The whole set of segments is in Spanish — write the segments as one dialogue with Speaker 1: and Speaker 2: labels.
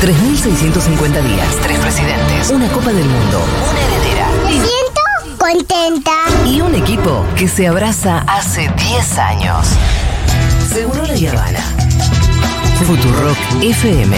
Speaker 1: 3.650 días, tres presidentes, una Copa del Mundo, una
Speaker 2: Me
Speaker 1: heredera
Speaker 2: siento contenta.
Speaker 1: y, y un equipo que se abraza hace 10 años. Seguro la Habana. Futurock FM.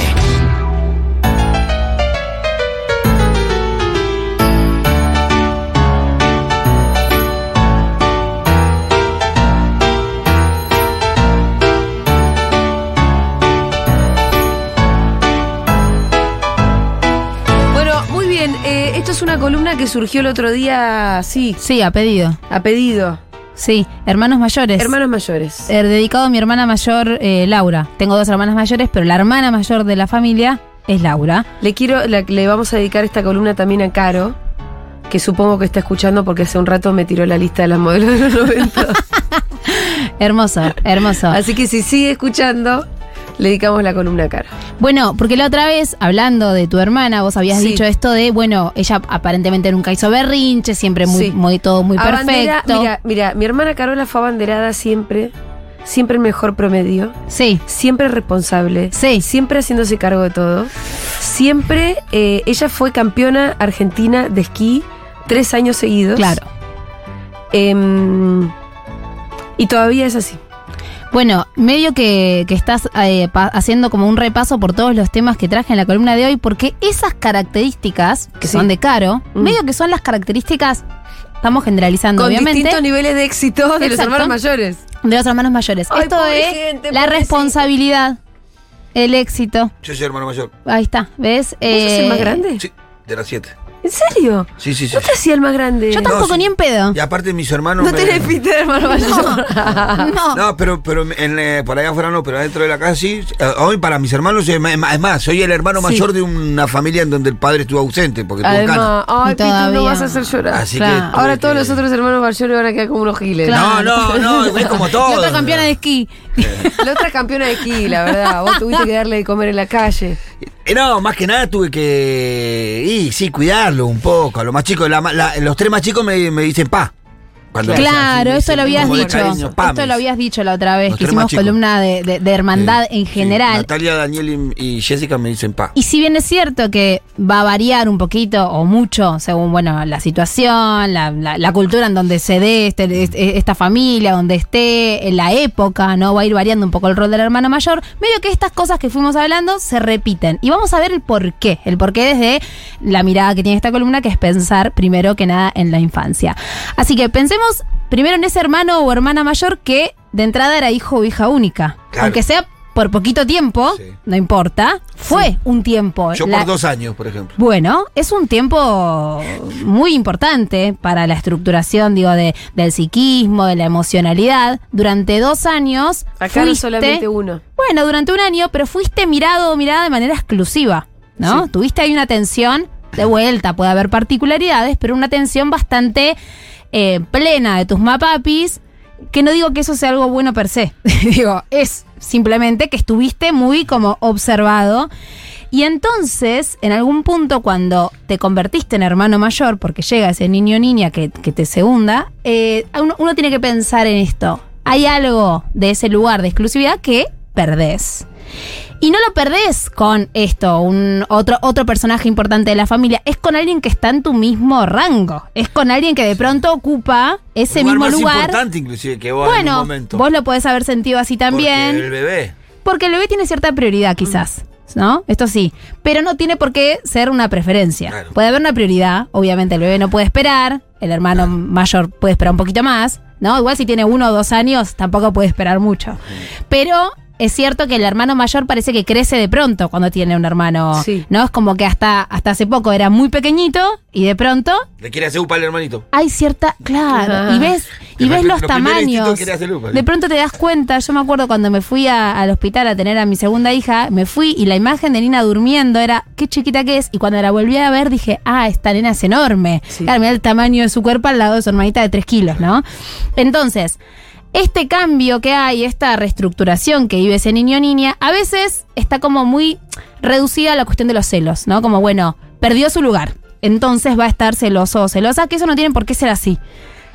Speaker 3: Bueno, muy bien. eh, esto es una columna que surgió el otro día, sí,
Speaker 4: Sí, a pedido.
Speaker 3: a pedido.
Speaker 4: Sí, hermanos mayores.
Speaker 3: Hermanos mayores.
Speaker 4: Eh, dedicado a mi hermana mayor, eh, Laura. Tengo dos hermanas mayores, pero la hermana mayor de la familia es Laura.
Speaker 3: Le quiero, la- le vamos a dedicar esta columna también a Caro, que supongo que está escuchando porque hace un rato me tiró la lista de las modelos de los 90.
Speaker 4: Hermoso, hermoso.
Speaker 3: Así que si sigue escuchando, le dedicamos la columna a Caro.
Speaker 4: Bueno, porque la otra vez, hablando de tu hermana, vos habías
Speaker 3: Sí.
Speaker 4: dicho esto de, bueno, ella aparentemente nunca hizo berrinche, siempre muy,
Speaker 3: Sí.
Speaker 4: muy todo muy
Speaker 3: Abandera-
Speaker 4: perfecto.
Speaker 3: Mira, mira, mi hermana Carola fue abanderada siempre, siempre el mejor promedio.
Speaker 4: Sí,
Speaker 3: siempre responsable,
Speaker 4: Sí.
Speaker 3: siempre haciéndose cargo de todo. Siempre, eh, ella fue campeona argentina de esquí tres años seguidos.
Speaker 4: claro.
Speaker 3: Em, y todavía es así.
Speaker 4: Bueno, medio que, que estás eh, pa- haciendo como un repaso por todos los temas que traje en la columna de hoy, porque esas características que
Speaker 3: Sí.
Speaker 4: son de Caro,
Speaker 3: Mm.
Speaker 4: medio que son las características, estamos generalizando
Speaker 3: Con
Speaker 4: obviamente,
Speaker 3: distintos niveles de éxito de los
Speaker 4: Exacto.
Speaker 3: hermanos mayores.
Speaker 4: de los hermanos mayores.
Speaker 3: Ay,
Speaker 4: Esto
Speaker 3: pobre
Speaker 4: es
Speaker 3: gente,
Speaker 4: la
Speaker 3: pobrecito.
Speaker 4: responsabilidad, el éxito.
Speaker 5: Yo soy hermano mayor.
Speaker 4: Ahí está, ¿ves? Eh,
Speaker 3: ¿Vos sos el más grande?
Speaker 5: Sí, de las siete.
Speaker 3: ¿En serio?
Speaker 5: Sí, sí, sí.
Speaker 3: ¿No te hacía el más grande?
Speaker 4: Yo tampoco,
Speaker 5: No, sí.
Speaker 4: ni en pedo.
Speaker 5: Y aparte mis hermanos...
Speaker 3: No
Speaker 5: me-
Speaker 3: tenés pinta de hermano mayor.
Speaker 4: No.
Speaker 5: No, pero, pero en, eh, por allá afuera no, pero adentro de la casa sí. Eh, hoy para mis hermanos es ma- es más, es más, soy el hermano
Speaker 3: Sí.
Speaker 5: mayor de una familia en donde el padre estuvo ausente porque tuvo cana.
Speaker 3: Además, ay,
Speaker 4: Y
Speaker 3: Pitu, no
Speaker 4: todavía. Ah.
Speaker 3: vas a hacer llorar.
Speaker 5: Así
Speaker 4: Claro.
Speaker 5: que...
Speaker 3: Ahora todos los otros hermanos mayores van a quedar como unos giles.
Speaker 5: No, no, no, es como todo.
Speaker 4: Y otra campeona de esquí.
Speaker 3: La otra campeona de esquí, la verdad. Vos tuviste que darle de comer en la calle.
Speaker 5: Eh, No, más que nada tuve que. Y sí, cuidarlo un poco. A los más chicos, la ma- la- los tres más chicos me, me dicen pa. Cuando me hacen así,
Speaker 4: Claro,
Speaker 5: me
Speaker 4: esto
Speaker 5: dicen
Speaker 4: lo habías
Speaker 5: como de
Speaker 4: dicho.
Speaker 5: cariño,
Speaker 4: esto
Speaker 5: pa, me
Speaker 4: lo
Speaker 5: dicen.
Speaker 4: habías dicho la otra vez,
Speaker 5: Los
Speaker 4: que
Speaker 5: tres más
Speaker 4: hicimos
Speaker 5: chicos.
Speaker 4: columna de, de- de hermandad en
Speaker 5: Sí,
Speaker 4: general.
Speaker 5: Natalia, Daniel y, y Jessica me dicen pa.
Speaker 4: Y si bien es cierto que va a variar un poquito o mucho según bueno la situación, la, la- la cultura en donde se dé este- este- esta familia, donde esté, en la época, ¿no? Va a ir variando un poco el rol del hermano mayor. Medio que estas cosas que fuimos hablando se repiten. Y vamos a ver el por qué. El por qué desde la mirada que tiene esta columna, que es pensar primero que nada en la infancia. Así que pensemos primero en ese hermano o hermana mayor que de entrada era hijo o hija única.
Speaker 5: Claro.
Speaker 4: Aunque sea por poquito tiempo,
Speaker 5: Sí.
Speaker 4: no importa. Fue un tiempo.
Speaker 5: Yo
Speaker 4: La-
Speaker 5: por dos años, por ejemplo.
Speaker 4: Bueno, es un tiempo muy importante para la estructuración, digo, de, del psiquismo, de la emocionalidad. Durante dos años.
Speaker 3: Acá no
Speaker 4: fuiste-
Speaker 3: solamente uno.
Speaker 4: Bueno, durante un año, pero fuiste mirado o mirada de manera exclusiva, ¿no? Tuviste ahí una tensión, de vuelta puede haber particularidades, pero una tensión bastante eh, plena de tus mapapis, que no digo que eso sea algo bueno per se, digo, es simplemente que estuviste muy como observado. Y entonces, en algún punto, cuando te convertiste en hermano mayor, porque llega ese niño o niña que, que te segunda, eh, uno, uno tiene que pensar en esto. Hay algo de ese lugar de exclusividad que perdés. Y no lo perdés con esto, un otro, otro personaje importante de la familia. Es con alguien que está en tu mismo rango. Es con alguien que de pronto ocupa ese
Speaker 5: Un lugar
Speaker 4: mismo
Speaker 5: más
Speaker 4: lugar.
Speaker 5: importante inclusive que vos en un
Speaker 4: Bueno,
Speaker 5: momento.
Speaker 4: vos lo podés haber sentido así también.
Speaker 5: Porque el bebé.
Speaker 4: Porque el bebé tiene cierta prioridad, quizás. ¿No? Esto sí. Pero no tiene por qué ser una preferencia.
Speaker 5: Claro.
Speaker 4: Puede haber una prioridad. Obviamente, el bebé no puede esperar. El hermano mayor puede esperar un poquito más. ¿No? Igual si tiene uno o dos años, tampoco puede esperar mucho. Pero. Es cierto que el hermano mayor parece que crece de pronto cuando tiene un hermano.
Speaker 3: Sí.
Speaker 4: ¿No? Es como que hasta, hasta hace poco era muy pequeñito y de pronto
Speaker 5: Le quiere hacer upa al hermanito.
Speaker 4: hay cierta. Claro.
Speaker 3: Ah.
Speaker 4: Y ves, y
Speaker 5: Lo
Speaker 4: ves
Speaker 5: pri-
Speaker 4: los
Speaker 5: lo primero instinto
Speaker 4: tamaños.
Speaker 5: que era hacer lupa.
Speaker 4: De pronto te das cuenta. Yo me acuerdo cuando me fui a- al hospital a tener a mi segunda hija, me fui y la imagen de Nina durmiendo era qué chiquita que es. Y cuando la volví a ver dije, ah, esta nena es enorme.
Speaker 3: Sí.
Speaker 4: Claro, mirá el tamaño de su cuerpo al lado de su hermanita de 3 kilos, ¿no? Entonces. Este cambio que hay, esta reestructuración que vive ese niño o niña, a veces está como muy reducida a la cuestión de los celos, ¿no? Como, bueno, perdió su lugar, entonces va a estar celoso o celosa, que eso no tiene por qué ser así.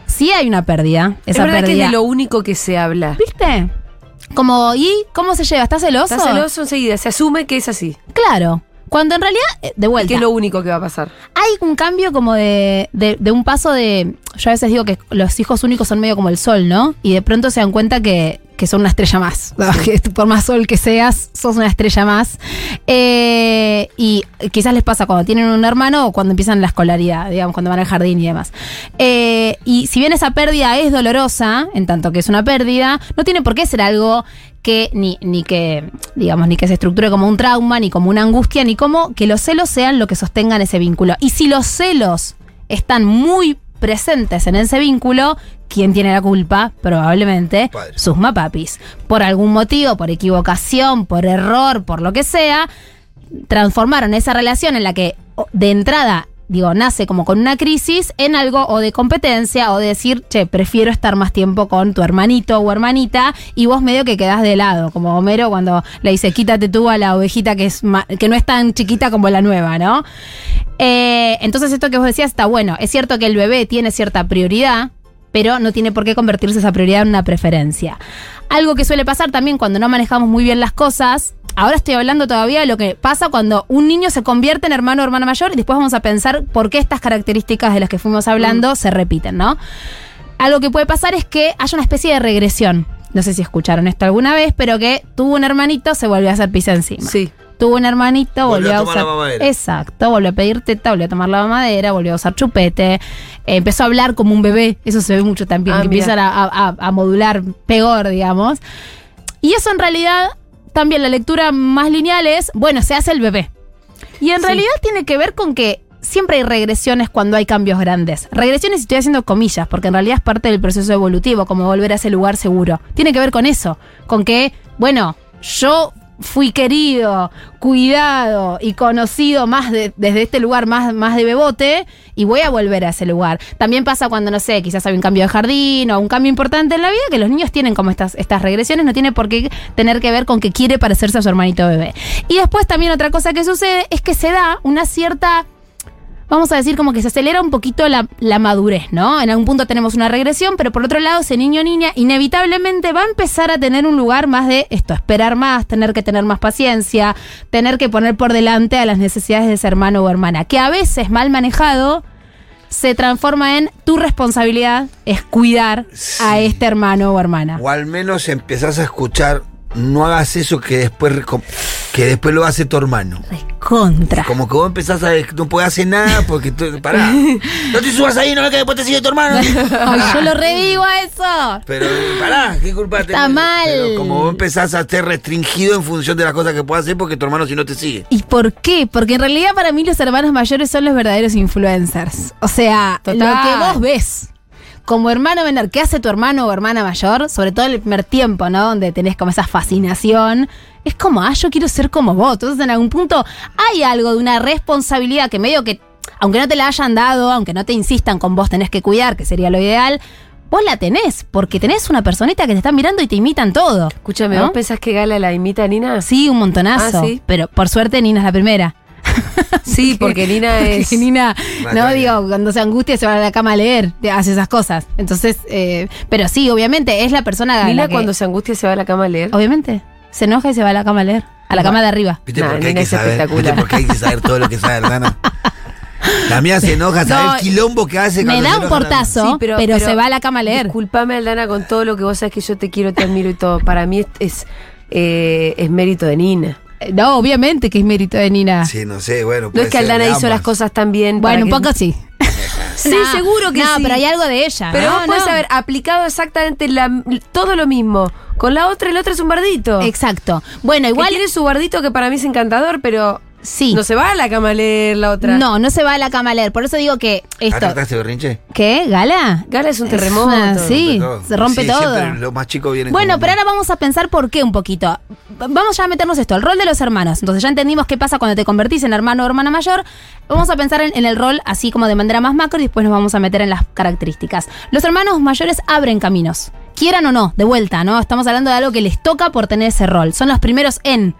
Speaker 4: Sí hay una pérdida, esa
Speaker 3: es verdad
Speaker 4: pérdida.
Speaker 3: que es de lo único que se habla.
Speaker 4: ¿Viste? Como, ¿y cómo se lleva? ¿Estás celoso?
Speaker 3: Está celoso enseguida, se asume que es así.
Speaker 4: Claro. Cuando en realidad, eh, de vuelta,
Speaker 3: Que es lo único que va a pasar.
Speaker 4: hay un cambio como de, de, de un paso de. Yo a veces digo que los hijos únicos son medio como el sol, ¿no? Y de pronto se dan cuenta que, que son una estrella más. Que Por más sol que seas, sos una estrella más. Eh, y quizás les pasa cuando tienen un hermano o cuando empiezan la escolaridad, digamos, cuando van al jardín y demás. Eh, y si bien esa pérdida es dolorosa, en tanto que es una pérdida, no tiene por qué ser algo que ni, ni que, digamos, ni que se estructure como un trauma, ni como una angustia, ni como que los celos sean lo que sostengan ese vínculo. Y si los celos están muy presentes en ese vínculo, ¿quién tiene la culpa? Probablemente
Speaker 5: Padre.
Speaker 4: sus mapapis. Por algún motivo, por equivocación, por error, por lo que sea, transformaron esa relación en la que o- de entrada, digo, nace como con una crisis en algo o de competencia o de decir, che, prefiero estar más tiempo con tu hermanito o hermanita y vos medio que quedás de lado, como Homero cuando le dice, quítate tú a la ovejita que, es ma- que no es tan chiquita como la nueva, ¿no? Eh, entonces esto que vos decías está bueno. Es cierto que el bebé tiene cierta prioridad, pero no tiene por qué convertirse esa prioridad en una preferencia. Algo que suele pasar también cuando no manejamos muy bien las cosas. Ahora estoy hablando todavía de lo que pasa cuando un niño se convierte en hermano o hermana mayor y después vamos a pensar por qué estas características de las que fuimos hablando se repiten, ¿no? Algo que puede pasar es que haya una especie de regresión. No sé si escucharon esto alguna vez, pero que tuvo un hermanito, se volvió a hacer pis encima
Speaker 3: Sí.
Speaker 4: tuvo un hermanito,
Speaker 5: Volvió
Speaker 4: volvió,
Speaker 5: a
Speaker 4: a,
Speaker 5: tomar
Speaker 4: usar.
Speaker 5: la mamadera.
Speaker 4: Exacto, volvió a pedir teta, volvió a tomar la mamadera, volvió a usar chupete, eh, empezó a hablar como un bebé, eso se ve mucho también,
Speaker 3: Ah,
Speaker 4: que
Speaker 3: mira.
Speaker 4: empiezan a, a- a- a modular peor, digamos. Y eso en realidad, también la lectura más lineal es, bueno, se hace el bebé. Y en
Speaker 3: Sí.
Speaker 4: realidad tiene que ver con que siempre hay regresiones cuando hay cambios grandes. Regresiones estoy haciendo comillas, porque en realidad es parte del proceso evolutivo, como volver a ese lugar seguro. Tiene que ver con eso, con que, bueno, yo fui querido, cuidado y conocido más de- desde este lugar más, más de bebote y voy a volver a ese lugar. También pasa cuando, no sé, quizás hay un cambio de jardín o un cambio importante en la vida, que los niños tienen como estas, estas regresiones, no tiene por qué tener que ver con que quiere parecerse a su hermanito bebé. Y después también otra cosa que sucede es que se da una cierta vamos a decir, como que se acelera un poquito la, la madurez, ¿no? En algún punto tenemos una regresión, pero por otro lado, ese niño o niña inevitablemente va a empezar a tener un lugar más de esto, esperar más, tener que tener más paciencia, tener que poner por delante a las necesidades de ese hermano o hermana, que a veces mal manejado se transforma en tu responsabilidad es cuidar a este hermano o hermana.
Speaker 5: O al menos empezás a escuchar, no hagas eso que después, reco- que después lo hace tu hermano.
Speaker 4: Contra.
Speaker 5: Como que vos empezás a no podés hacer nada porque tú, pará. No te subas ahí, no ves que después te sigue tu hermano.
Speaker 4: Ay, yo lo revivo a eso.
Speaker 5: Pero pará, qué culpa
Speaker 4: Está
Speaker 5: tenés?
Speaker 4: mal.
Speaker 5: Pero como vos empezás a ser restringido en función de las cosas que puedas hacer porque tu hermano si no te sigue.
Speaker 4: ¿Y por qué? Porque en realidad para mí los hermanos mayores son los verdaderos influencers. O sea,
Speaker 3: Total.
Speaker 4: lo que vos ves como hermano menor, ¿qué hace tu hermano o hermana mayor? Sobre todo en el primer tiempo, ¿no? Donde tenés como esa fascinación. Es como, ah, yo quiero ser como vos. Entonces en algún punto hay algo de una responsabilidad que medio que, aunque no te la hayan dado, aunque no te insistan con vos tenés que cuidar, que sería lo ideal, vos la tenés, porque tenés una personita que te está mirando y te imitan todo.
Speaker 3: Escúchame,
Speaker 4: ¿no?
Speaker 3: ¿vos pensás que Gala la imita a Nina?
Speaker 4: Sí, un montonazo.
Speaker 3: Ah, sí.
Speaker 4: Pero por suerte Nina es la primera.
Speaker 3: Sí, porque Nina
Speaker 4: Porque
Speaker 3: es.
Speaker 4: Nina, no
Speaker 5: Macaria.
Speaker 4: digo, cuando se angustia se va a la cama a leer, te- hace esas cosas. Entonces, eh, pero sí, obviamente, es la persona a la
Speaker 3: Nina
Speaker 4: que-
Speaker 3: cuando se angustia se va a la cama a leer.
Speaker 4: Obviamente, se enoja y se va a la cama a leer, a la cama de arriba.
Speaker 5: ¿Viste
Speaker 3: Nah,
Speaker 5: por qué hay
Speaker 3: nena,
Speaker 5: que
Speaker 3: es
Speaker 5: saber? ¿Viste
Speaker 3: espectacular.
Speaker 5: por qué hay que saber todo lo que sabe, hermana? La mía se enoja, ¿sabes
Speaker 4: No,
Speaker 5: el quilombo que hace
Speaker 4: Me
Speaker 5: cuando se
Speaker 4: da un
Speaker 5: enoja la-
Speaker 4: portazo,
Speaker 3: Sí,
Speaker 4: pero, se va a la cama a leer.
Speaker 3: Disculpame, Aldana, con todo lo que vos sabes que yo te quiero, te admiro y todo. Para mí es, es, eh, es mérito de Nina.
Speaker 4: Eh, No, obviamente que es mérito de Nina.
Speaker 5: Sí, no sé, bueno.
Speaker 3: No
Speaker 5: puede
Speaker 3: es que
Speaker 5: ser
Speaker 3: Aldana
Speaker 5: de
Speaker 3: hizo las
Speaker 5: ambas.
Speaker 3: cosas tan bien. para
Speaker 4: bueno, un
Speaker 3: que-
Speaker 4: poco sí.
Speaker 3: Sí,
Speaker 4: No,
Speaker 3: seguro que
Speaker 4: no,
Speaker 3: sí.
Speaker 4: pero hay algo de ella.
Speaker 3: Pero
Speaker 4: no,
Speaker 3: vos podés
Speaker 4: Ah, no.
Speaker 3: haber aplicado exactamente la- todo lo mismo. Con la otra, el otro es un bardito.
Speaker 4: Exacto. Bueno,
Speaker 3: Igual
Speaker 4: igual.
Speaker 3: tiene su bardito que para mí es encantador, pero
Speaker 4: Sí.
Speaker 3: no se va a la cama a leer la otra.
Speaker 4: No, no se va a la cama a leer. Por eso digo que
Speaker 5: ¿Ah,
Speaker 4: esto.
Speaker 5: trataste de berrinche?
Speaker 4: ¿Qué? ¿Gala?
Speaker 3: Gala es un
Speaker 4: Es
Speaker 3: terremoto.
Speaker 4: una- sí, se rompe
Speaker 5: Sí,
Speaker 4: todo.
Speaker 5: siempre Los más chicos vienen
Speaker 4: Bueno,
Speaker 5: como-
Speaker 4: pero ahora vamos a pensar por qué un poquito. V- Vamos ya a meternos esto, el rol de los hermanos. Entonces ya entendimos qué pasa cuando te convertís en hermano o hermana mayor. Vamos a pensar en, en el rol así como de manera más macro y después nos vamos a meter en las características. Los hermanos mayores abren caminos. Quieran o no, de vuelta, ¿no? Estamos hablando de algo que les toca por tener ese rol. Son los primeros en.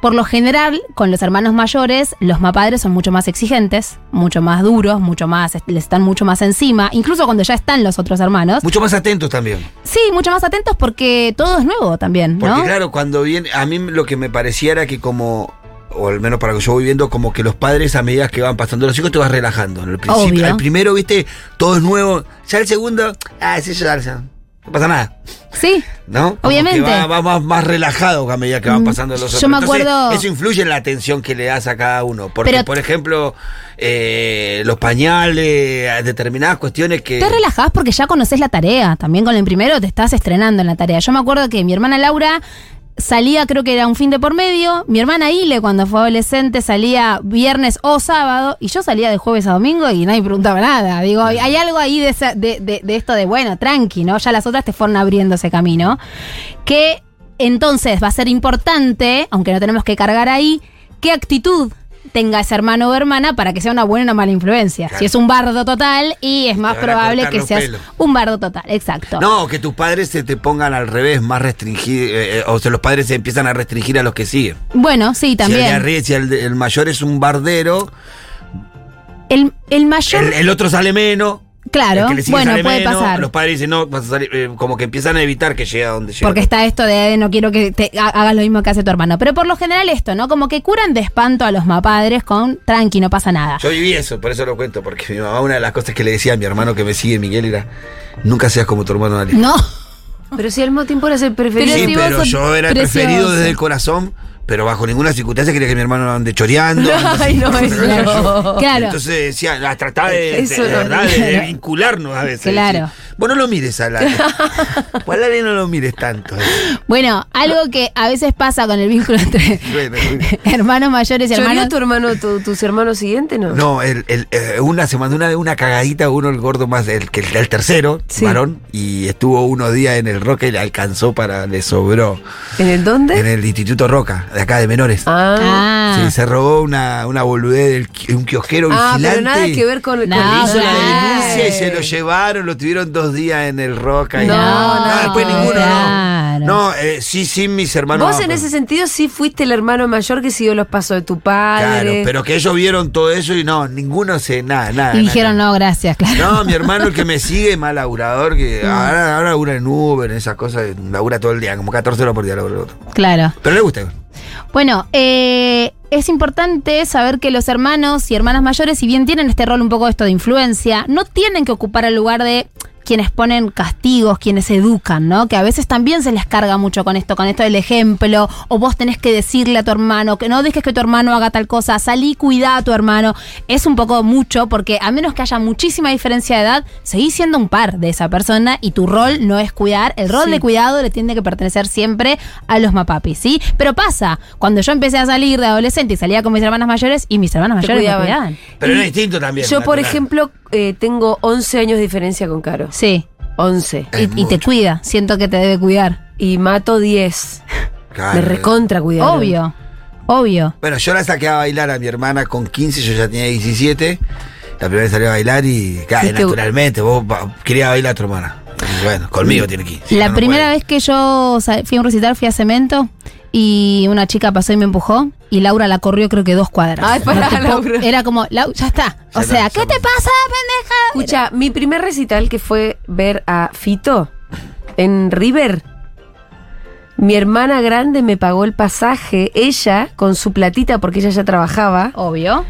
Speaker 4: Por lo general, con los hermanos mayores, los mapadres son mucho más exigentes, mucho más duros, mucho más, les están mucho más encima, incluso cuando ya están los otros hermanos.
Speaker 5: Mucho más atentos también.
Speaker 4: Sí, mucho más atentos porque todo es nuevo también,
Speaker 5: Porque
Speaker 4: ¿no?
Speaker 5: claro, cuando viene. A mí lo que me parecía era que como o al menos para lo que yo voy viendo, como que los padres a medida que van pasando los hijos te vas relajando. Al, principio-
Speaker 4: Obvio.
Speaker 5: al primero, viste, todo es nuevo. Ya el segundo, ah, sí, ya, ya, no pasa nada.
Speaker 4: Sí.
Speaker 5: ¿No? Como
Speaker 4: Obviamente. Mm.
Speaker 5: que va, va más, más relajado a medida que van pasando los
Speaker 4: Yo
Speaker 5: otros.
Speaker 4: me
Speaker 5: Entonces,
Speaker 4: acuerdo-
Speaker 5: eso influye en la atención que le das a cada uno. Porque,
Speaker 4: Pero-
Speaker 5: por ejemplo, eh, los pañales, determinadas cuestiones que.
Speaker 4: Te relajás porque ya conoces la tarea. También con el primero te estás estrenando en la tarea. Yo me acuerdo que mi hermana Laura salía, creo que era un fin de por medio. Mi hermana Ile, cuando fue adolescente, salía viernes o sábado. Y yo salía de jueves a domingo y nadie preguntaba nada. Digo, hay- hay algo ahí de, esa- de- de- de esto de, bueno, tranqui, ¿no? Ya las otras te fueron abriendo ese camino. Que entonces va a ser importante, aunque no tenemos que cargar ahí, qué actitud tenga ese hermano o hermana para que sea una buena o una mala influencia.
Speaker 5: Claro.
Speaker 4: Si es un bardo total y es más
Speaker 5: van a
Speaker 4: probable
Speaker 5: cortar
Speaker 4: que
Speaker 5: los
Speaker 4: seas
Speaker 5: pelos.
Speaker 4: un bardo total, exacto.
Speaker 5: No, que tus padres se te pongan al revés, más restringir, eh, eh, o sea, los padres se empiezan a restringir a los que siguen.
Speaker 4: Bueno, sí,
Speaker 5: Si el, de
Speaker 4: también.
Speaker 5: arriba- si el, de- el mayor es un bardero,
Speaker 4: El, el mayor,
Speaker 5: el, el otro sale menos.
Speaker 4: claro,
Speaker 5: el que le sigue
Speaker 4: bueno,
Speaker 5: sale
Speaker 4: puede
Speaker 5: menos,
Speaker 4: pasar.
Speaker 5: Los padres dicen, no, vas a salir, eh, como que empiezan a evitar que llegue a donde llega.
Speaker 4: Porque está esto de eh, no quiero que te ha- hagas lo mismo que hace tu hermano. Pero por lo general esto, ¿no? Como que curan de espanto a los mapadres con tranqui, no pasa nada.
Speaker 5: Yo viví eso, por eso lo cuento, porque mi mamá, una de las cosas que le decía a mi hermano que me sigue, Miguel, era, nunca seas como tu hermano Daniel.
Speaker 4: No.
Speaker 3: Pero si al mismo tiempo eres el preferido.
Speaker 4: Pero
Speaker 5: Sí,
Speaker 4: si vos
Speaker 5: pero
Speaker 4: sos
Speaker 5: yo era el
Speaker 4: precioso.
Speaker 5: preferido desde el corazón, pero bajo ninguna circunstancia quería que mi hermano ande choreando.
Speaker 3: Ay, no, eso no.
Speaker 4: Claro.
Speaker 5: Entonces decía, la trataba de, de-
Speaker 3: Eso
Speaker 5: de
Speaker 3: no,
Speaker 5: verdad, de- de
Speaker 4: claro.
Speaker 5: vincularnos a veces.
Speaker 4: Claro.
Speaker 5: Sí. Vos no lo mires a la. Vos a la no lo mires tanto.
Speaker 4: Bueno, algo que a veces pasa con el vínculo entre
Speaker 5: Bueno, bueno.
Speaker 4: hermanos mayores y
Speaker 3: ¿Choreó
Speaker 4: hermanos.
Speaker 3: tu hermano, tu- tus hermanos siguientes, no?
Speaker 5: No, el, el, eh, una se mandó una vez una cagadita, uno el gordo más, el, que el, el tercero,
Speaker 3: Sí.
Speaker 5: varón, y estuvo unos días en el Roca y le alcanzó para, le sobró.
Speaker 3: ¿En el dónde?
Speaker 5: En el Instituto Roca, de acá de menores.
Speaker 3: Ah,
Speaker 4: Ah.
Speaker 5: Sí, se robó una, una boludez del qui- un kiosquero
Speaker 3: Ah,
Speaker 5: vigilante.
Speaker 3: pero nada que ver con, con
Speaker 4: No,
Speaker 5: Le hizo la
Speaker 4: Ay.
Speaker 5: denuncia y se lo llevaron, lo tuvieron dos días en el Roca. y
Speaker 3: No,
Speaker 5: nada. Ah,
Speaker 3: no,
Speaker 5: después ninguno.
Speaker 4: claro.
Speaker 5: No, no eh, sí, sí, mis hermanos.
Speaker 3: Vos en ese sentido sí fuiste el hermano mayor que siguió los pasos de tu
Speaker 5: Claro,
Speaker 3: padre.
Speaker 5: pero que ellos vieron todo eso y no, ninguno se, nada, nada.
Speaker 4: Y
Speaker 5: nada,
Speaker 4: dijeron, no, gracias, claro.
Speaker 5: No, mi hermano el que me sigue, más laburador, que ahora, ahora labura en Uber, en esas cosas, labura todo el día, como 14 horas por día labura el otro.
Speaker 4: Claro.
Speaker 5: Pero le gusta.
Speaker 4: Bueno, eh, es importante saber que los hermanos y hermanas mayores, si bien tienen este rol un poco esto de influencia, no tienen que ocupar el lugar de quienes ponen castigos, quienes educan, ¿no? Que a veces también se les carga mucho con esto, con esto del ejemplo, o vos tenés que decirle a tu hermano que no dejes que tu hermano haga tal cosa, salí, cuida a tu hermano. Es un poco mucho porque a menos que haya muchísima diferencia de edad, seguís siendo un par de esa persona y tu rol no es cuidar, el rol
Speaker 3: Sí.
Speaker 4: de cuidado le tiene que pertenecer siempre a los mapapis, ¿sí? Pero pasa, cuando yo empecé a salir de adolescente y salía con mis hermanas mayores y mis hermanas
Speaker 3: Te
Speaker 4: mayores me
Speaker 3: cuidaban.
Speaker 4: cuidaban.
Speaker 5: Pero
Speaker 3: Y
Speaker 5: era distinto también.
Speaker 3: Yo, por
Speaker 5: natural.
Speaker 3: ejemplo, eh, tengo 11 años de diferencia con Caro.
Speaker 4: Sí.
Speaker 3: 11.
Speaker 5: Es
Speaker 4: Y, y te
Speaker 5: mucho.
Speaker 4: cuida, siento que te debe cuidar.
Speaker 3: Y mato 10.
Speaker 5: Claro.
Speaker 3: Me recontra cuidado.
Speaker 4: Obvio, obvio.
Speaker 5: Bueno, yo la saqué a bailar a mi hermana con 15, yo ya tenía 17. La primera vez salió a bailar y, claro,
Speaker 3: Fuiste-
Speaker 5: naturalmente, vos pa- querías bailar a tu hermana. Y bueno, conmigo tiene que ir. si
Speaker 4: Mm. la
Speaker 5: no, no
Speaker 4: primera
Speaker 5: puede.
Speaker 4: vez que yo sa- fui a un recital fui a Cemento y una chica pasó y me empujó y Laura la corrió creo que dos cuadras.
Speaker 3: Ay, pará,
Speaker 4: No te puedo-
Speaker 3: Laura.
Speaker 4: Era como, Lau, ya está. O
Speaker 5: Ya
Speaker 4: sea,
Speaker 5: no,
Speaker 4: ¿qué
Speaker 5: ya
Speaker 4: te
Speaker 5: no.
Speaker 4: pasa, pendeja?
Speaker 3: Escucha, mi primer recital que fue ver a Fito en River. Mi hermana grande me pagó el pasaje, ella con su platita, porque ella ya trabajaba,
Speaker 4: Obvio.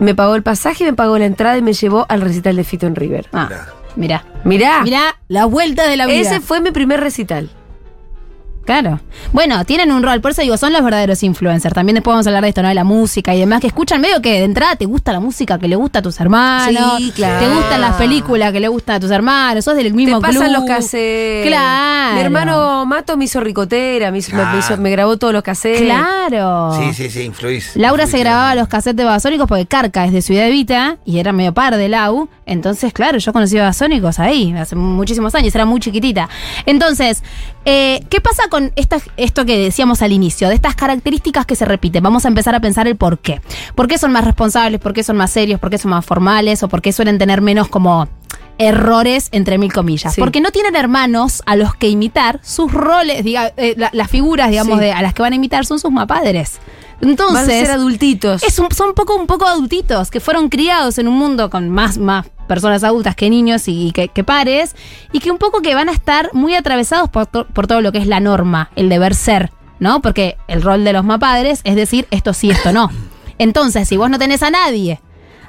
Speaker 3: me pagó el pasaje, me pagó la entrada y me llevó al recital de Fito en River.
Speaker 4: Ah, mirá.
Speaker 3: Mirá,
Speaker 4: Mirá la vuelta de la vida.
Speaker 3: Ah. ese fue mi primer recital.
Speaker 4: Claro. Bueno, tienen un rol, por eso digo, son los verdaderos influencers. También después vamos a hablar de esto, ¿no? De la música y demás, que escuchan medio que de entrada te gusta la música que le gusta a tus hermanos.
Speaker 3: Sí, claro.
Speaker 4: Te gustan las películas que le gustan a tus hermanos, sos del
Speaker 3: Te
Speaker 4: mismo
Speaker 3: pasan
Speaker 4: club.
Speaker 3: los cassettes.
Speaker 4: Claro.
Speaker 3: Mi hermano Mato me hizo ricotera, me, hizo- me- me hizo- me grabó todos los cassettes.
Speaker 4: Claro.
Speaker 5: Sí, sí, sí, influís.
Speaker 4: Laura se
Speaker 5: influís,
Speaker 4: grababa
Speaker 5: claro.
Speaker 4: los cassettes de Basónicos porque Carca es de Ciudad Evita y era medio par de Lau. Entonces, claro, yo conocí a Basónicos ahí, hace muchísimos años, era muy chiquitita. Entonces, eh, ¿qué pasa con esta- esto que decíamos al inicio, de estas características que se repiten? Vamos a empezar a pensar el por qué. ¿Por qué son más responsables? ¿Por qué son más serios? ¿Por qué son más formales? ¿O por qué suelen tener menos como errores entre mil comillas?
Speaker 3: Sí.
Speaker 4: Porque no tienen hermanos a los que imitar sus roles, diga, eh, la- las figuras, digamos,
Speaker 3: Sí.
Speaker 4: de, a las que van a imitar son sus mapadres. Entonces,
Speaker 3: Van a ser
Speaker 4: entonces,
Speaker 3: adultitos.
Speaker 4: es un- son un poco, un poco adultitos, que fueron criados en un mundo con más, más personas adultas que niños y, y que, que pares, y que un poco que van a estar muy atravesados por, to- por todo lo que es la norma, el deber ser. ¿no? Porque el rol de los mapadres es decir esto sí, esto no. Entonces, si vos no tenés a nadie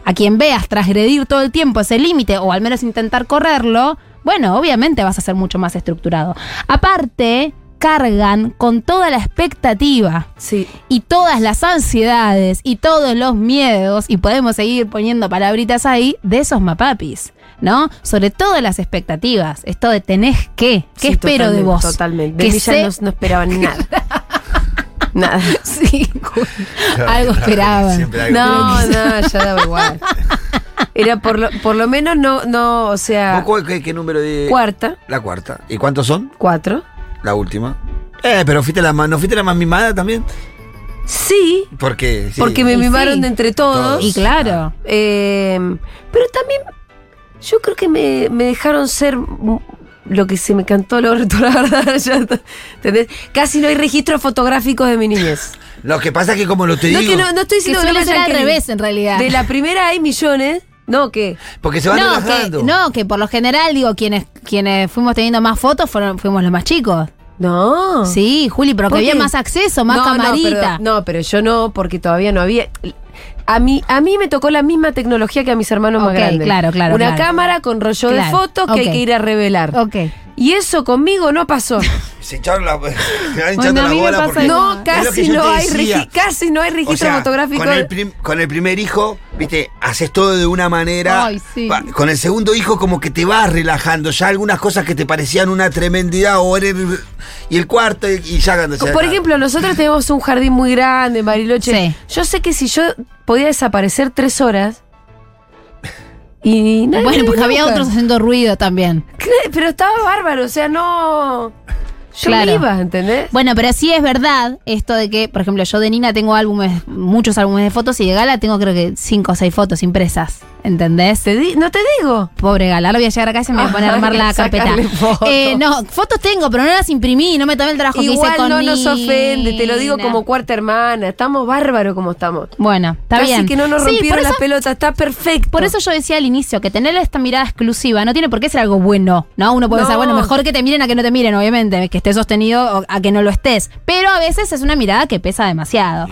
Speaker 4: a quien veas transgredir todo el tiempo ese límite o al menos intentar correrlo, bueno, obviamente vas a ser mucho más estructurado. Aparte, cargan con toda la expectativa
Speaker 3: Sí.
Speaker 4: y todas las ansiedades y todos los miedos, y podemos seguir poniendo palabritas ahí, de esos mapapis, ¿no? Sobre todo las expectativas, esto de tenés que, ¿qué
Speaker 3: Sí,
Speaker 4: espero de
Speaker 3: totalmente,
Speaker 4: vos?
Speaker 3: Totalmente.
Speaker 4: Que
Speaker 3: De mí ya
Speaker 4: sé-
Speaker 3: no, no esperaban nada. nada.
Speaker 4: Sí, algo esperaban.
Speaker 5: Siempre algo.
Speaker 3: No, no, ya daba igual. Era por lo, por lo menos no, no, o sea,
Speaker 5: ¿Vos cuál- qué, qué número de...?
Speaker 3: cuarta,
Speaker 5: La cuarta. ¿Y cuántos son?
Speaker 3: cuatro.
Speaker 5: La última. Eh, pero fuiste la más, ¿no fuiste la más mimada también?
Speaker 3: Sí,
Speaker 5: Porque... sí.
Speaker 3: porque me
Speaker 4: Y
Speaker 3: mimaron
Speaker 4: sí.
Speaker 3: de entre todos.
Speaker 4: Y claro.
Speaker 3: Eh, pero también yo creo que me, me dejaron ser mm, lo que se me cantó el orto, la verdad. ya está, ¿entendés? Casi no hay registros fotográficos de mi niñez.
Speaker 5: Lo que pasa es que como lo te
Speaker 3: No,
Speaker 5: digo...
Speaker 3: que no, no estoy
Speaker 4: Que
Speaker 3: diciendo
Speaker 4: suele
Speaker 3: lo
Speaker 4: ser al
Speaker 3: hayan querido.
Speaker 4: revés en realidad.
Speaker 3: De la primera hay millones. No, que
Speaker 5: Porque se van
Speaker 4: no,
Speaker 5: relajando.
Speaker 4: que, no, que por lo general, digo, quienes, quienes fuimos teniendo más fotos fueron, fuimos los más chicos.
Speaker 3: No.
Speaker 4: Sí, Juli, pero
Speaker 3: Ah.
Speaker 4: que
Speaker 3: ¿Por
Speaker 4: había
Speaker 3: qué?
Speaker 4: más acceso, más
Speaker 3: No, no,
Speaker 4: camarita.
Speaker 3: pero- No pero, yo no, porque todavía no había. A mí, a mí me tocó la misma tecnología que a mis hermanos
Speaker 4: Ok,
Speaker 3: más grandes.
Speaker 4: claro, claro,
Speaker 3: Una
Speaker 4: claro.
Speaker 3: cámara con rollo de
Speaker 4: Claro,
Speaker 3: fotos que
Speaker 4: ok.
Speaker 3: hay que ir a revelar.
Speaker 4: Ok.
Speaker 3: Y eso conmigo no pasó.
Speaker 5: Se echaron la, se van
Speaker 4: Bueno,
Speaker 5: hinchando
Speaker 4: a
Speaker 5: la
Speaker 4: mí me
Speaker 5: bola
Speaker 4: pasa
Speaker 5: porque...
Speaker 3: No,
Speaker 4: no.
Speaker 5: Es lo que
Speaker 3: casi
Speaker 5: yo
Speaker 3: no,
Speaker 5: te
Speaker 3: hay
Speaker 5: decía.
Speaker 3: regi- casi no hay registro
Speaker 5: O sea,
Speaker 3: fotográfico.
Speaker 5: Con el, prim- con el primer hijo, viste, haces todo de una manera.
Speaker 4: Ay, sí.
Speaker 5: Pa- Con el segundo hijo, como que te vas relajando. Ya algunas cosas que te parecían una tremendidad o eres- Y el cuarto, y, y ya cuando se-
Speaker 3: Por ejemplo, nosotros tenemos un jardín muy grande, Mariloche.
Speaker 4: Sí.
Speaker 3: Yo sé que si yo podía desaparecer tres horas. Y nadie me
Speaker 4: Bueno, porque
Speaker 3: iba a
Speaker 4: había
Speaker 3: buscar.
Speaker 4: otros haciendo ruido también.
Speaker 3: Cla- Pero estaba bárbaro, o sea, no. Yo
Speaker 4: Claro.
Speaker 3: me iba, ¿entendés?
Speaker 4: Bueno, pero sí es verdad esto de que, por ejemplo, yo de Nina tengo álbumes, muchos álbumes de fotos y de Gala tengo creo que cinco o seis fotos impresas, ¿entendés?
Speaker 3: Te di- no te digo.
Speaker 4: Pobre Gala, ahora voy a llegar acá y se me va a poner a armar la carpeta.
Speaker 3: Sacarle fotos.
Speaker 4: Eh, no, fotos tengo, pero no las imprimí, no me tomé el trabajo que hice
Speaker 3: Igual
Speaker 4: con
Speaker 3: no nos
Speaker 4: Nina.
Speaker 3: ofende, te lo digo como cuarta hermana. Estamos bárbaro como estamos.
Speaker 4: Bueno, está
Speaker 3: Casi
Speaker 4: bien.
Speaker 3: que no nos
Speaker 4: Sí, por
Speaker 3: rompieron
Speaker 4: eso-
Speaker 3: las pelotas, está perfecto.
Speaker 4: Por eso yo decía al inicio que tener esta mirada exclusiva no tiene por qué ser algo bueno, ¿no? Uno puede
Speaker 3: No.
Speaker 4: pensar, bueno, mejor que te miren a que no te miren, obviamente, que estés sostenido o a que no lo estés. Pero a veces es una mirada que pesa demasiado.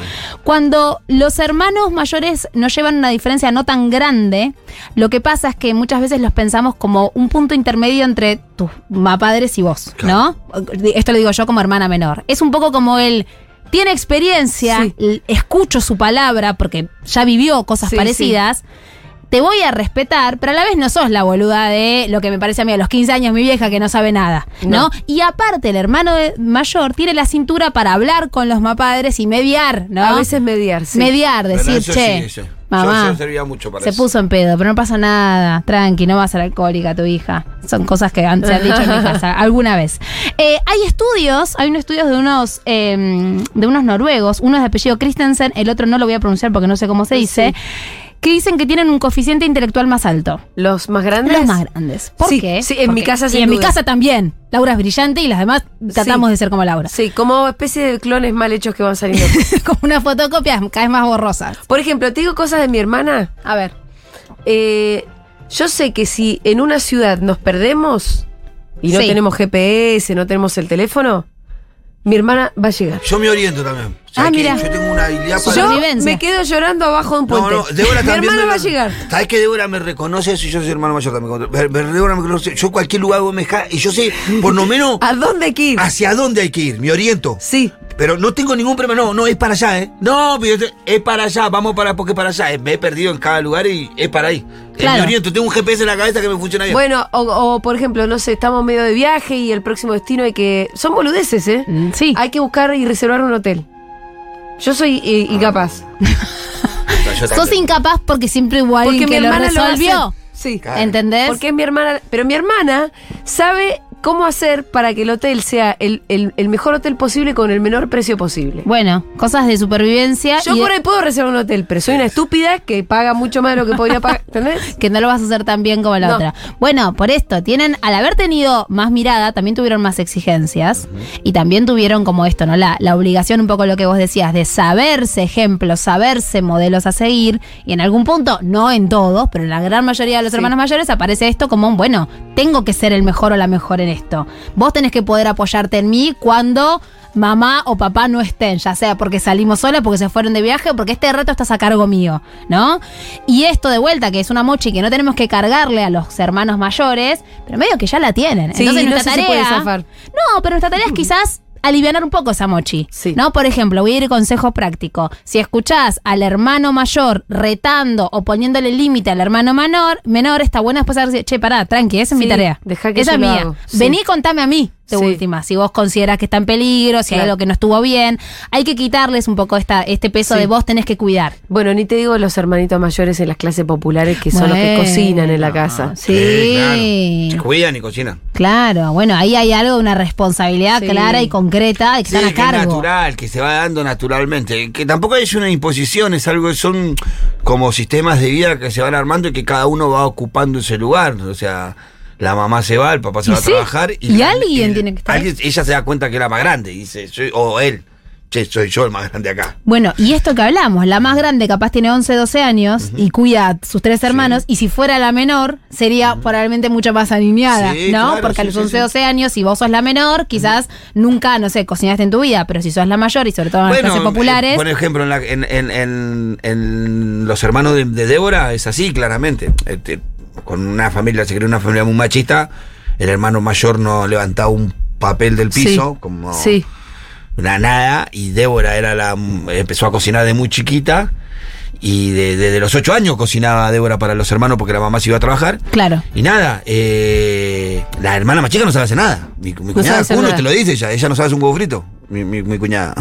Speaker 4: Cuando los hermanos mayores nos llevan una diferencia no tan grande, lo que pasa es que muchas veces los pensamos como un punto intermedio entre tus mapadres y vos, ¿no? Esto lo digo yo como hermana menor. Es un poco como el... Tiene experiencia,
Speaker 3: Sí.
Speaker 4: l- escucho su palabra porque ya vivió cosas
Speaker 3: Sí, sí.
Speaker 4: parecidas te voy a respetar, pero a la vez no sos la boluda de lo que me parece a mí a los 15 años mi vieja que no sabe nada, ¿no?
Speaker 3: No.
Speaker 4: Y aparte el hermano de- mayor tiene la cintura para hablar con los mapadres y mediar, ¿no?
Speaker 3: A veces mediar, Ah, sí.
Speaker 4: mediar,
Speaker 5: Pero
Speaker 4: decir,
Speaker 5: eso
Speaker 4: che,
Speaker 5: sí, eso. Yo-
Speaker 4: mamá,
Speaker 5: yo servía mucho para
Speaker 4: se
Speaker 5: eso.
Speaker 4: puso en pedo, pero no pasa nada, tranqui, no va a ser alcohólica tu hija. Son cosas que han, se han dicho en mi casa alguna vez. Eh, hay estudios, hay unos estudios de unos eh, de unos noruegos, uno es de apellido Christensen, el otro no lo voy a pronunciar porque no sé cómo se dice, que dicen que tienen un coeficiente intelectual más alto.
Speaker 3: Los más grandes.
Speaker 4: Los más grandes. ¿Por
Speaker 3: Sí,
Speaker 4: qué?
Speaker 3: sí, en
Speaker 4: ¿Por
Speaker 3: mi
Speaker 4: qué?
Speaker 3: casa
Speaker 4: Y
Speaker 3: sin
Speaker 4: en mi
Speaker 3: duda.
Speaker 4: casa también. Laura es brillante y las demás tratamos
Speaker 3: Sí.
Speaker 4: de ser como Laura.
Speaker 3: Sí, como especie de clones mal hechos que van saliendo.
Speaker 4: como una fotocopia cada vez más borrosa.
Speaker 3: Por ejemplo, te digo cosas de mi hermana.
Speaker 4: A ver.
Speaker 3: Eh, yo sé que si en una ciudad nos perdemos y no
Speaker 4: Sí.
Speaker 3: tenemos GPS, no tenemos el teléfono, mi hermana va a llegar.
Speaker 5: Yo me oriento también. ¿Sabés
Speaker 4: Ah,
Speaker 5: qué?
Speaker 4: mira.
Speaker 5: Yo tengo una habilidad para.
Speaker 3: Yo
Speaker 4: Sobrevivencia.
Speaker 3: me quedo llorando abajo de un
Speaker 5: no,
Speaker 3: puente.
Speaker 5: no, Débora
Speaker 3: mi
Speaker 5: también.
Speaker 3: hermana
Speaker 5: me-
Speaker 3: va a llegar.
Speaker 5: ¿Sabés que Débora me reconoce si yo soy hermano mayor también? como- Ver- ver- Débora me reconoce. Yo cualquier lugar vos me dejás, y yo sé, por lo menos,
Speaker 3: ¿A dónde hay que ir?
Speaker 5: hacia dónde hay que ir. Me oriento.
Speaker 3: Sí.
Speaker 5: Pero no tengo ningún problema, no, no es para allá, ¿eh? No, pero yo te- es para allá, vamos para porque es para allá. Eh, Me he perdido en cada lugar y es para ahí. Eh,
Speaker 4: Claro.
Speaker 5: me oriento, tengo un GPS en la cabeza que me funciona bien.
Speaker 3: Bueno, o, o, por ejemplo, no sé, estamos medio de viaje y el próximo destino hay que. Son boludeces, ¿eh?
Speaker 4: Mm, sí.
Speaker 3: Hay que buscar y reservar un hotel. Yo soy eh,
Speaker 5: Ah.
Speaker 3: incapaz.
Speaker 5: Yo también.
Speaker 4: Sos incapaz porque siempre hubo alguien
Speaker 3: Porque mi
Speaker 4: que lo
Speaker 3: hermana lo va a
Speaker 4: resolvió.
Speaker 3: hacer. Sí.
Speaker 5: Claro.
Speaker 4: ¿Entendés?
Speaker 3: Porque es mi hermana. Pero mi hermana sabe cómo hacer para que el hotel sea el, el- el mejor hotel posible con el menor precio posible.
Speaker 4: bueno, cosas de supervivencia
Speaker 3: Yo
Speaker 4: y e-
Speaker 3: por ahí puedo reservar un hotel, pero soy una estúpida que paga mucho más de lo que podría pagar. ¿Entendés?
Speaker 4: que no lo vas a hacer tan bien como la
Speaker 3: No.
Speaker 4: otra. Bueno, por esto, tienen, al haber tenido más mirada, también tuvieron más exigencias y también tuvieron como esto, ¿no? La, la obligación, un poco lo que vos decías, de saberse ejemplos, saberse modelos a seguir y en algún punto, no en todos, pero en la gran mayoría de los
Speaker 3: Sí.
Speaker 4: hermanos mayores aparece esto como un, bueno, tengo que ser el mejor o la mejor en esto. Vos tenés que poder apoyarte en mí cuando mamá o papá no estén, ya sea porque salimos solas, porque se fueron de viaje, o porque este reto estás a cargo mío, ¿no? Y esto de vuelta, que es una mochi que no tenemos que cargarle a los hermanos mayores, pero medio que ya la tienen.
Speaker 3: Sí,
Speaker 4: Entonces
Speaker 3: no
Speaker 4: nuestra
Speaker 3: sé si
Speaker 4: tarea.
Speaker 3: puede zafar.
Speaker 4: No, pero nuestra tarea es quizás aliviar un poco esa mochi.
Speaker 3: Sí.
Speaker 4: ¿No? Por ejemplo, voy a ir consejo práctico. Si escuchás al hermano mayor retando o poniéndole límite al hermano menor, menor, está bueno después decir, che, pará, tranqui, esa es
Speaker 3: Sí,
Speaker 4: mi tarea.
Speaker 3: dejá que
Speaker 4: esa
Speaker 3: yo
Speaker 4: es
Speaker 3: lo
Speaker 4: mía.
Speaker 3: hago. Sí.
Speaker 4: Vení y contame a mí, de
Speaker 3: Sí.
Speaker 4: última, si vos considerás que está en peligro, si hay
Speaker 3: Claro.
Speaker 4: algo que no estuvo bien. Hay que quitarles un poco esta, este peso
Speaker 3: Sí.
Speaker 4: de vos tenés que cuidar.
Speaker 3: Bueno, ni te digo los hermanitos mayores en las clases populares que son los que
Speaker 4: Bueno.
Speaker 3: cocinan en la
Speaker 5: Ah,
Speaker 3: casa.
Speaker 4: Sí.
Speaker 5: claro. Se cuidan y cocinan.
Speaker 4: Claro, bueno, ahí hay algo de una responsabilidad
Speaker 3: Sí.
Speaker 4: clara y concreta de que
Speaker 5: Sí,
Speaker 4: están a
Speaker 5: que es
Speaker 4: cargo.
Speaker 5: natural, que se va dando naturalmente. Que tampoco es una imposición, es algo, son como sistemas de vida que se van armando y que cada uno va ocupando ese lugar. O sea, la mamá se va, el papá se
Speaker 4: Y
Speaker 5: va
Speaker 4: sí,
Speaker 5: a trabajar.
Speaker 4: y alguien tiene que estar
Speaker 5: alguien- ella se da cuenta que era más grande, y dice, soy- o él, che, soy yo el más grande acá.
Speaker 4: Bueno, y esto que hablamos, la más grande capaz tiene 11, 12 años y cuida a sus tres hermanos, y si fuera la menor, sería probablemente mucho más aniñada,
Speaker 5: Sí,
Speaker 4: ¿no?
Speaker 5: claro,
Speaker 4: Porque a
Speaker 5: sí,
Speaker 4: los
Speaker 5: sí,
Speaker 4: 11,
Speaker 5: sí.
Speaker 4: 12 años, si vos sos la menor, quizás nunca, no sé, cocinaste en tu vida, pero si sos la mayor y sobre todo en las clases
Speaker 5: eh,
Speaker 4: populares,
Speaker 5: por ejemplo, en, la- en- en- en- en los hermanos de, de Débora es así, claramente. Este, con una familia, se creó una familia muy machista, el hermano mayor no levantaba un papel del piso,
Speaker 3: Sí.
Speaker 5: como
Speaker 3: Sí.
Speaker 5: una nada, y Débora era la empezó a cocinar de muy chiquita. Y de- desde los ocho años cocinaba Débora para los hermanos porque la mamá se iba a trabajar.
Speaker 4: claro.
Speaker 5: Y nada, eh, la hermana más chica no sabe hacer nada. Mi,
Speaker 3: sabe
Speaker 5: mi cuñada
Speaker 3: hacer
Speaker 5: Cuno
Speaker 3: nada.
Speaker 5: te lo dice ella, ella no sabe hacer un huevo frito. Mi, mi- mi cuñada.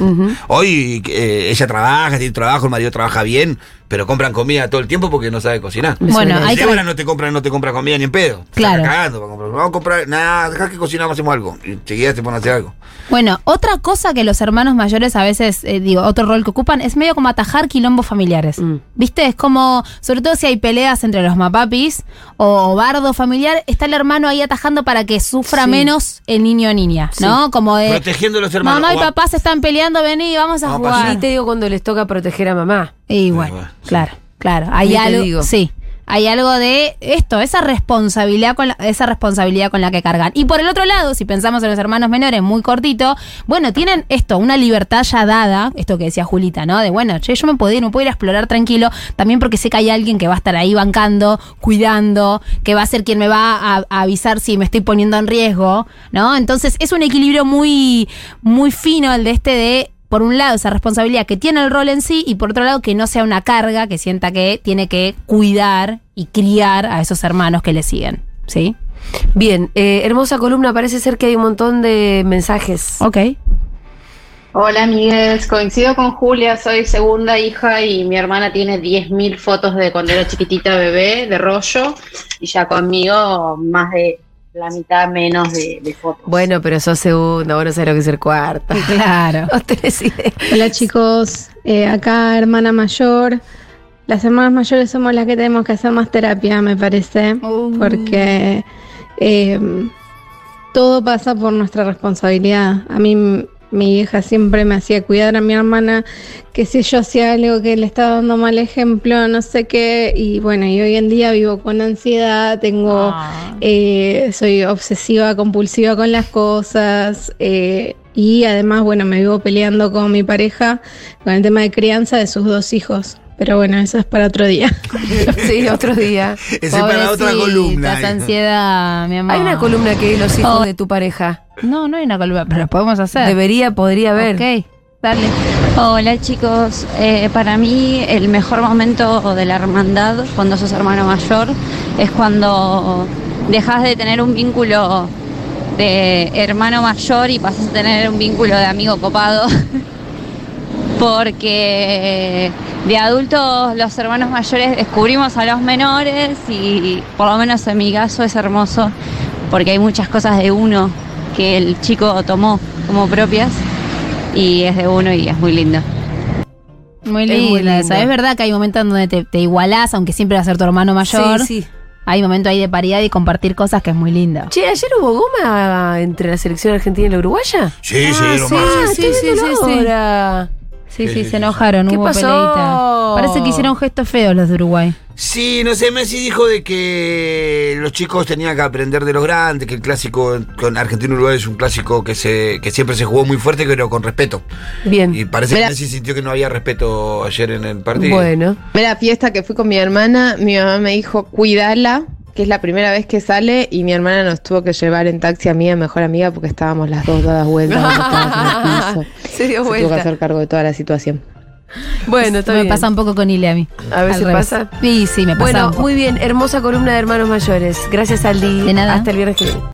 Speaker 5: Hoy eh, ella trabaja, tiene trabajo, el marido trabaja bien, pero compran comida todo el tiempo porque no sabe cocinar.
Speaker 3: Me
Speaker 4: Bueno,
Speaker 3: suena.
Speaker 4: hay que...
Speaker 5: Débora no te compra, no te compra comida ni en pedo. Está
Speaker 4: Claro.
Speaker 5: cagando para comprar. Vamos a comprar, nada, dejá que cocinamos, hacemos algo. Y enseguida te ponen a hacer algo.
Speaker 4: Bueno, otra cosa que los hermanos mayores a veces, eh, digo, otro rol que ocupan es medio como atajar quilombos familiares.
Speaker 3: Mm.
Speaker 4: ¿Viste? Es como, sobre todo si hay peleas entre los mapapis o bardo familiar, está el hermano ahí atajando para que sufra
Speaker 3: Sí.
Speaker 4: menos el niño o niña, ¿no? Como de.
Speaker 5: Protegiendo a los hermanos.
Speaker 4: Mamá y
Speaker 5: O va-
Speaker 4: papá se están peleando, vení, vamos a
Speaker 5: Vamos a
Speaker 4: jugar.
Speaker 5: pasear.
Speaker 3: Ni te digo cuando les toca proteger a mamá.
Speaker 4: Y
Speaker 5: Ah,
Speaker 4: bueno,
Speaker 5: bueno, sí.
Speaker 4: claro, claro. Hay
Speaker 3: Ni te
Speaker 4: algo.
Speaker 3: digo.
Speaker 4: Sí. Hay algo de esto, esa responsabilidad, con la, esa responsabilidad con la que cargan. Y por el otro lado, si pensamos en los hermanos menores, muy cortito, bueno, tienen esto, una libertad ya dada, esto que decía Julita, ¿no? De bueno, che, yo me puedo ir, me puedo ir a explorar tranquilo, también porque sé que hay alguien que va a estar ahí bancando, cuidando, que va a ser quien me va a, a avisar si me estoy poniendo en riesgo, ¿no? Entonces es un equilibrio muy, muy fino el de este de por un lado esa responsabilidad que tiene el rol en sí y por otro lado que no sea una carga que sienta que tiene que cuidar y criar a esos hermanos que le siguen. ¿Sí?
Speaker 3: Bien, eh, hermosa columna, parece ser que hay un montón de mensajes.
Speaker 4: Ok.
Speaker 2: Hola amigues, coincido con Julia, soy segunda hija y mi hermana tiene 10.000 fotos de cuando era chiquitita bebé, de rollo, y ya conmigo más de la mitad menos de, de fotos.
Speaker 3: Bueno, pero sos segunda, vos no sabés lo que es ser cuarta.
Speaker 4: Claro.
Speaker 3: No tenés idea.
Speaker 6: Hola chicos, Eh, acá hermana mayor. Las hermanas mayores somos las que tenemos que hacer más terapia, me parece,
Speaker 4: Uh.
Speaker 6: porque eh, todo pasa por nuestra responsabilidad. A mí m- mi hija siempre me hacía cuidar a mi hermana, que si yo hacía algo que le estaba dando mal ejemplo, no sé qué, y bueno, y hoy en día vivo con ansiedad, tengo... Eh, soy obsesiva, compulsiva con las cosas eh, y además, bueno, me vivo peleando con mi pareja con el tema de crianza de sus dos hijos. Pero bueno, eso es para otro día.
Speaker 3: Sí, otro día.
Speaker 5: Ese es para otra columna.
Speaker 4: Esa ansiedad, mi amor.
Speaker 3: Hay una columna que es los hijos
Speaker 4: Oh.
Speaker 3: de tu pareja.
Speaker 4: No, no hay una columna, pero la podemos hacer.
Speaker 3: Debería, podría haber.
Speaker 4: Ok, dale.
Speaker 7: Hola chicos, Eh, para mí el mejor momento de la hermandad cuando sos hermano mayor es cuando dejas de tener un vínculo de hermano mayor y pasas a tener un vínculo de amigo copado. Porque de adultos los hermanos mayores descubrimos a los menores y por lo menos en mi caso es hermoso porque hay muchas cosas de uno que el chico tomó como propias y es de uno y es muy lindo.
Speaker 4: Muy
Speaker 3: Es
Speaker 4: linda.
Speaker 3: muy linda.
Speaker 4: esa. Es verdad que hay momentos en donde te, te igualás, aunque siempre va a ser tu hermano mayor.
Speaker 3: Sí, sí.
Speaker 4: Hay momentos ahí de paridad y compartir cosas que es muy lindo.
Speaker 3: Che, ayer hubo goma entre la selección argentina y la uruguaya.
Speaker 5: Sí, sí, lo
Speaker 3: Ah,
Speaker 5: más.
Speaker 3: estoy
Speaker 4: sí, sí,
Speaker 3: viéndolo
Speaker 4: sí, sí.
Speaker 3: ahora.
Speaker 4: Sí,
Speaker 5: Sí,
Speaker 4: sí,
Speaker 5: sí, sí,
Speaker 4: se enojaron,
Speaker 3: ¿Qué
Speaker 4: hubo
Speaker 3: pasó?
Speaker 4: peleita. Parece que hicieron gestos feos los de Uruguay.
Speaker 5: Sí, no sé, Messi dijo de que los chicos tenían que aprender de los grandes, que el clásico con Argentina-Uruguay es un clásico que se que siempre se jugó muy fuerte, pero con respeto.
Speaker 3: Bien.
Speaker 5: Y parece
Speaker 8: Mirá.
Speaker 5: que Messi sintió que no había respeto ayer en el partido.
Speaker 3: Bueno.
Speaker 8: Ve la fiesta que fui con mi hermana, mi mamá me dijo, cuídala, que es la primera vez que sale, y mi hermana nos tuvo que llevar en taxi a mí, a mejor amiga, porque estábamos las dos dadas vueltas. estábamos en el piso.
Speaker 3: Se dio
Speaker 8: Se tuvo que
Speaker 3: vuelta.
Speaker 8: hacer cargo de toda la situación.
Speaker 3: Bueno, está
Speaker 4: me
Speaker 3: bien.
Speaker 4: pasa un poco con Ile a mí.
Speaker 3: A
Speaker 4: Al
Speaker 3: veces
Speaker 4: revés.
Speaker 3: pasa.
Speaker 4: Sí, sí, me pasa.
Speaker 3: Bueno,
Speaker 4: un poco.
Speaker 3: muy bien. Hermosa columna de hermanos mayores. Gracias, Aldi.
Speaker 4: De nada.
Speaker 3: Hasta el viernes que viene.